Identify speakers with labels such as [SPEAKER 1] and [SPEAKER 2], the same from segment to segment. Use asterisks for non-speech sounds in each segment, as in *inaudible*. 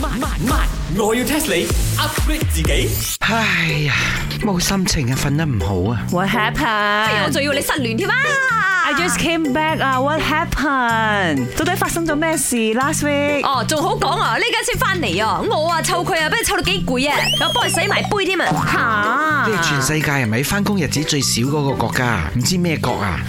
[SPEAKER 1] 慢慢慢，我要 test 你 upgrade 自己。
[SPEAKER 2] 唉呀，冇心情啊，瞓得唔好啊。
[SPEAKER 3] What
[SPEAKER 4] 我
[SPEAKER 3] happened？
[SPEAKER 4] 仲要你失戀添啊
[SPEAKER 3] 嗯 I just came back 啊！What happened？到底發生咗咩事？Last week
[SPEAKER 4] 哦，仲好講啊！呢家先翻嚟啊，我啊湊佢啊，俾佢湊到幾攰啊，我幫佢洗埋杯添啊！
[SPEAKER 3] 嚇
[SPEAKER 2] 呢個全世界係咪翻工日子最少嗰個國家？唔知咩國
[SPEAKER 3] *laughs*
[SPEAKER 2] 啊？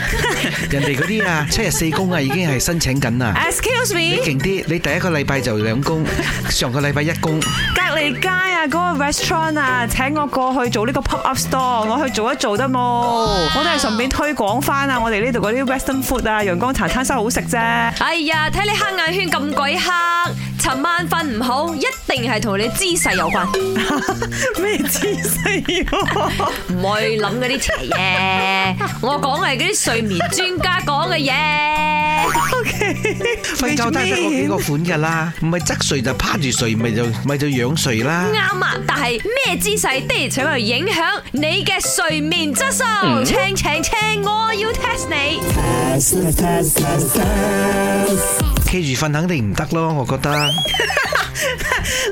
[SPEAKER 2] 人哋嗰啲啊，七日四工啊，已經係申請緊啦。
[SPEAKER 3] Excuse
[SPEAKER 2] 你
[SPEAKER 3] me，
[SPEAKER 2] 勁啲，你第一個禮拜就兩工，上個禮拜一工，
[SPEAKER 3] 隔離街啊嗰個 restaurant 啊，請我過去做呢個 pop up store，我去做一做得冇？我都係順便推廣翻啊，我哋呢度嗰啲 western food 啊，陽光茶餐室好食
[SPEAKER 4] *laughs*
[SPEAKER 3] 啫。
[SPEAKER 4] 哎呀，睇你黑眼圈咁鬼黑，尋晚瞓唔好，一定係同你姿勢有關，
[SPEAKER 3] 咩姿勢喎？
[SPEAKER 4] 唔去諗嗰啲邪嘢。我講係嗰啲睡眠專家講嘅嘢。
[SPEAKER 2] 瞓覺都係得嗰幾個款㗎啦，唔係側睡就趴住睡，咪就咪就仰睡啦。
[SPEAKER 4] 啱啊！但係咩姿勢的而且確影響你嘅睡眠質素。
[SPEAKER 3] 嗯
[SPEAKER 4] 青青青，我要 test 你。
[SPEAKER 3] *laughs*
[SPEAKER 2] 企住瞓肯定唔得咯，我覺得。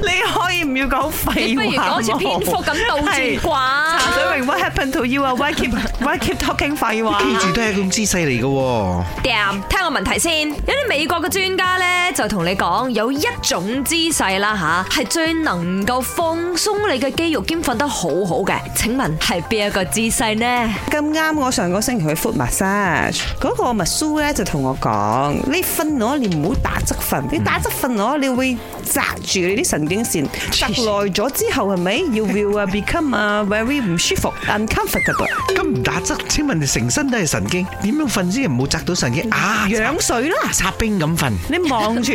[SPEAKER 3] 你可以唔要講
[SPEAKER 4] 你
[SPEAKER 3] 廢話
[SPEAKER 4] 不如講好似蝙蝠咁倒轉
[SPEAKER 3] 茶水
[SPEAKER 4] 啩？
[SPEAKER 3] 榮，What happened to you 啊？Why keep Why keep talking 廢話？
[SPEAKER 2] 企住都係一種姿勢嚟嘅喎。
[SPEAKER 4] 掂，聽我問題先。有啲美國嘅專家呢，就同你講，有一種姿勢啦吓，係最能夠放鬆你嘅肌肉兼瞓得好好嘅。請問係邊一個姿勢呢？
[SPEAKER 3] 咁啱，我上個星期去 foot massage，嗰個 m a s 咧就同我講：你瞓我，你唔好打側瞓，你打側瞓我，你會扎住你啲神經線，扎耐咗之後係咪？You will 啊 become 啊 very 唔舒服，uncomfortable，
[SPEAKER 2] 咁唔打側，請問你成身都係神經，點樣瞓先唔好扎到神經啊？
[SPEAKER 3] 仰水啦，
[SPEAKER 2] 插冰咁瞓，
[SPEAKER 3] 你望
[SPEAKER 4] *laughs*
[SPEAKER 3] 住。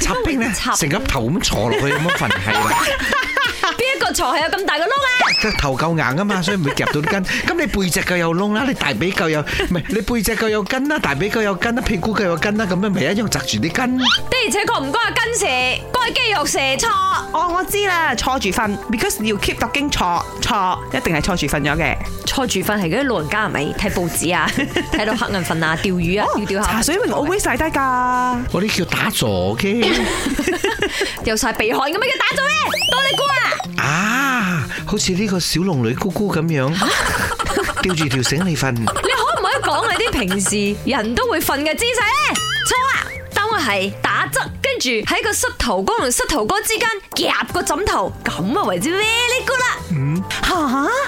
[SPEAKER 2] 插冰咧
[SPEAKER 4] 插
[SPEAKER 2] 成個頭咁坐落去咁樣瞓，係啦，
[SPEAKER 4] 邊一個床係有咁大個窿啊？
[SPEAKER 2] 個頭夠硬啊嘛，所以唔會夾到啲筋。咁你背脊夠有窿啦，你大髀夠有，唔係你背脊夠有筋啦，大髀夠有筋啦，屁股夠有筋啦，咁樣咪一樣扎住啲筋。
[SPEAKER 4] 的而且確唔關阿筋事，關肌肉事錯。
[SPEAKER 3] *laughs* 哦，我知啦，坐住瞓，because you keep talking 坐坐，一定係坐住瞓咗嘅。
[SPEAKER 4] 坐住瞓係嗰啲老人家係咪睇報紙啊， *laughs* 睇到黑眼瞓啊，釣魚啊，釣釣下
[SPEAKER 3] 哦茶
[SPEAKER 4] *laughs*
[SPEAKER 3] 水明我會晒低㗎。
[SPEAKER 2] 嗰啲叫打坐嘅
[SPEAKER 4] 有晒鼻鼾咁樣嘅打咗咩？多你估啊！
[SPEAKER 2] 啊，好似呢個小龍女姑姑咁樣，吊住條繩嚟瞓。
[SPEAKER 4] 你可唔可以講你啲平時人都會瞓嘅姿勢咧？錯啊！當我係打側，跟住喺個膝頭哥同膝頭哥之間夾個枕頭，咁啊為之 very good 啦，
[SPEAKER 3] 嗯吓，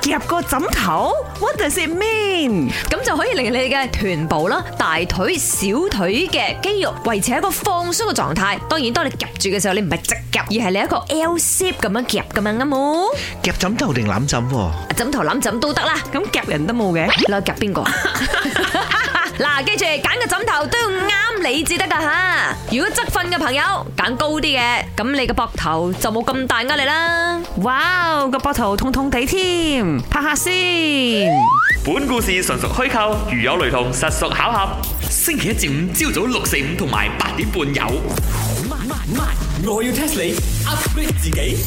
[SPEAKER 3] 夾個枕頭？What does it mean？
[SPEAKER 4] 咁就可以令你嘅臀部啦、大腿、小腿嘅肌肉維持喺一個放鬆嘅狀態。當然，當你夾住嘅時候，你唔係直夾，而係你一個 L shape 咁樣夾咁樣啱冇？
[SPEAKER 2] 夾枕頭定攬枕喎？
[SPEAKER 4] 枕頭攬枕都得啦。
[SPEAKER 3] 咁夾人都冇嘅。
[SPEAKER 4] 你去夾邊個？啊 *laughs* 嗱，記住揀個枕頭都要啱你至得噶吓。如果側瞓嘅朋友揀高啲嘅，咁你嘅膊頭就冇咁大壓力啦。
[SPEAKER 3] 哇，個膊頭痛痛地添，拍下先。
[SPEAKER 5] 本故事純屬虛構，如有雷同，實屬巧合。星期一至五朝早六四五同埋八點半有。
[SPEAKER 1] 慢慢慢，我要 test 你 upgrade 自己。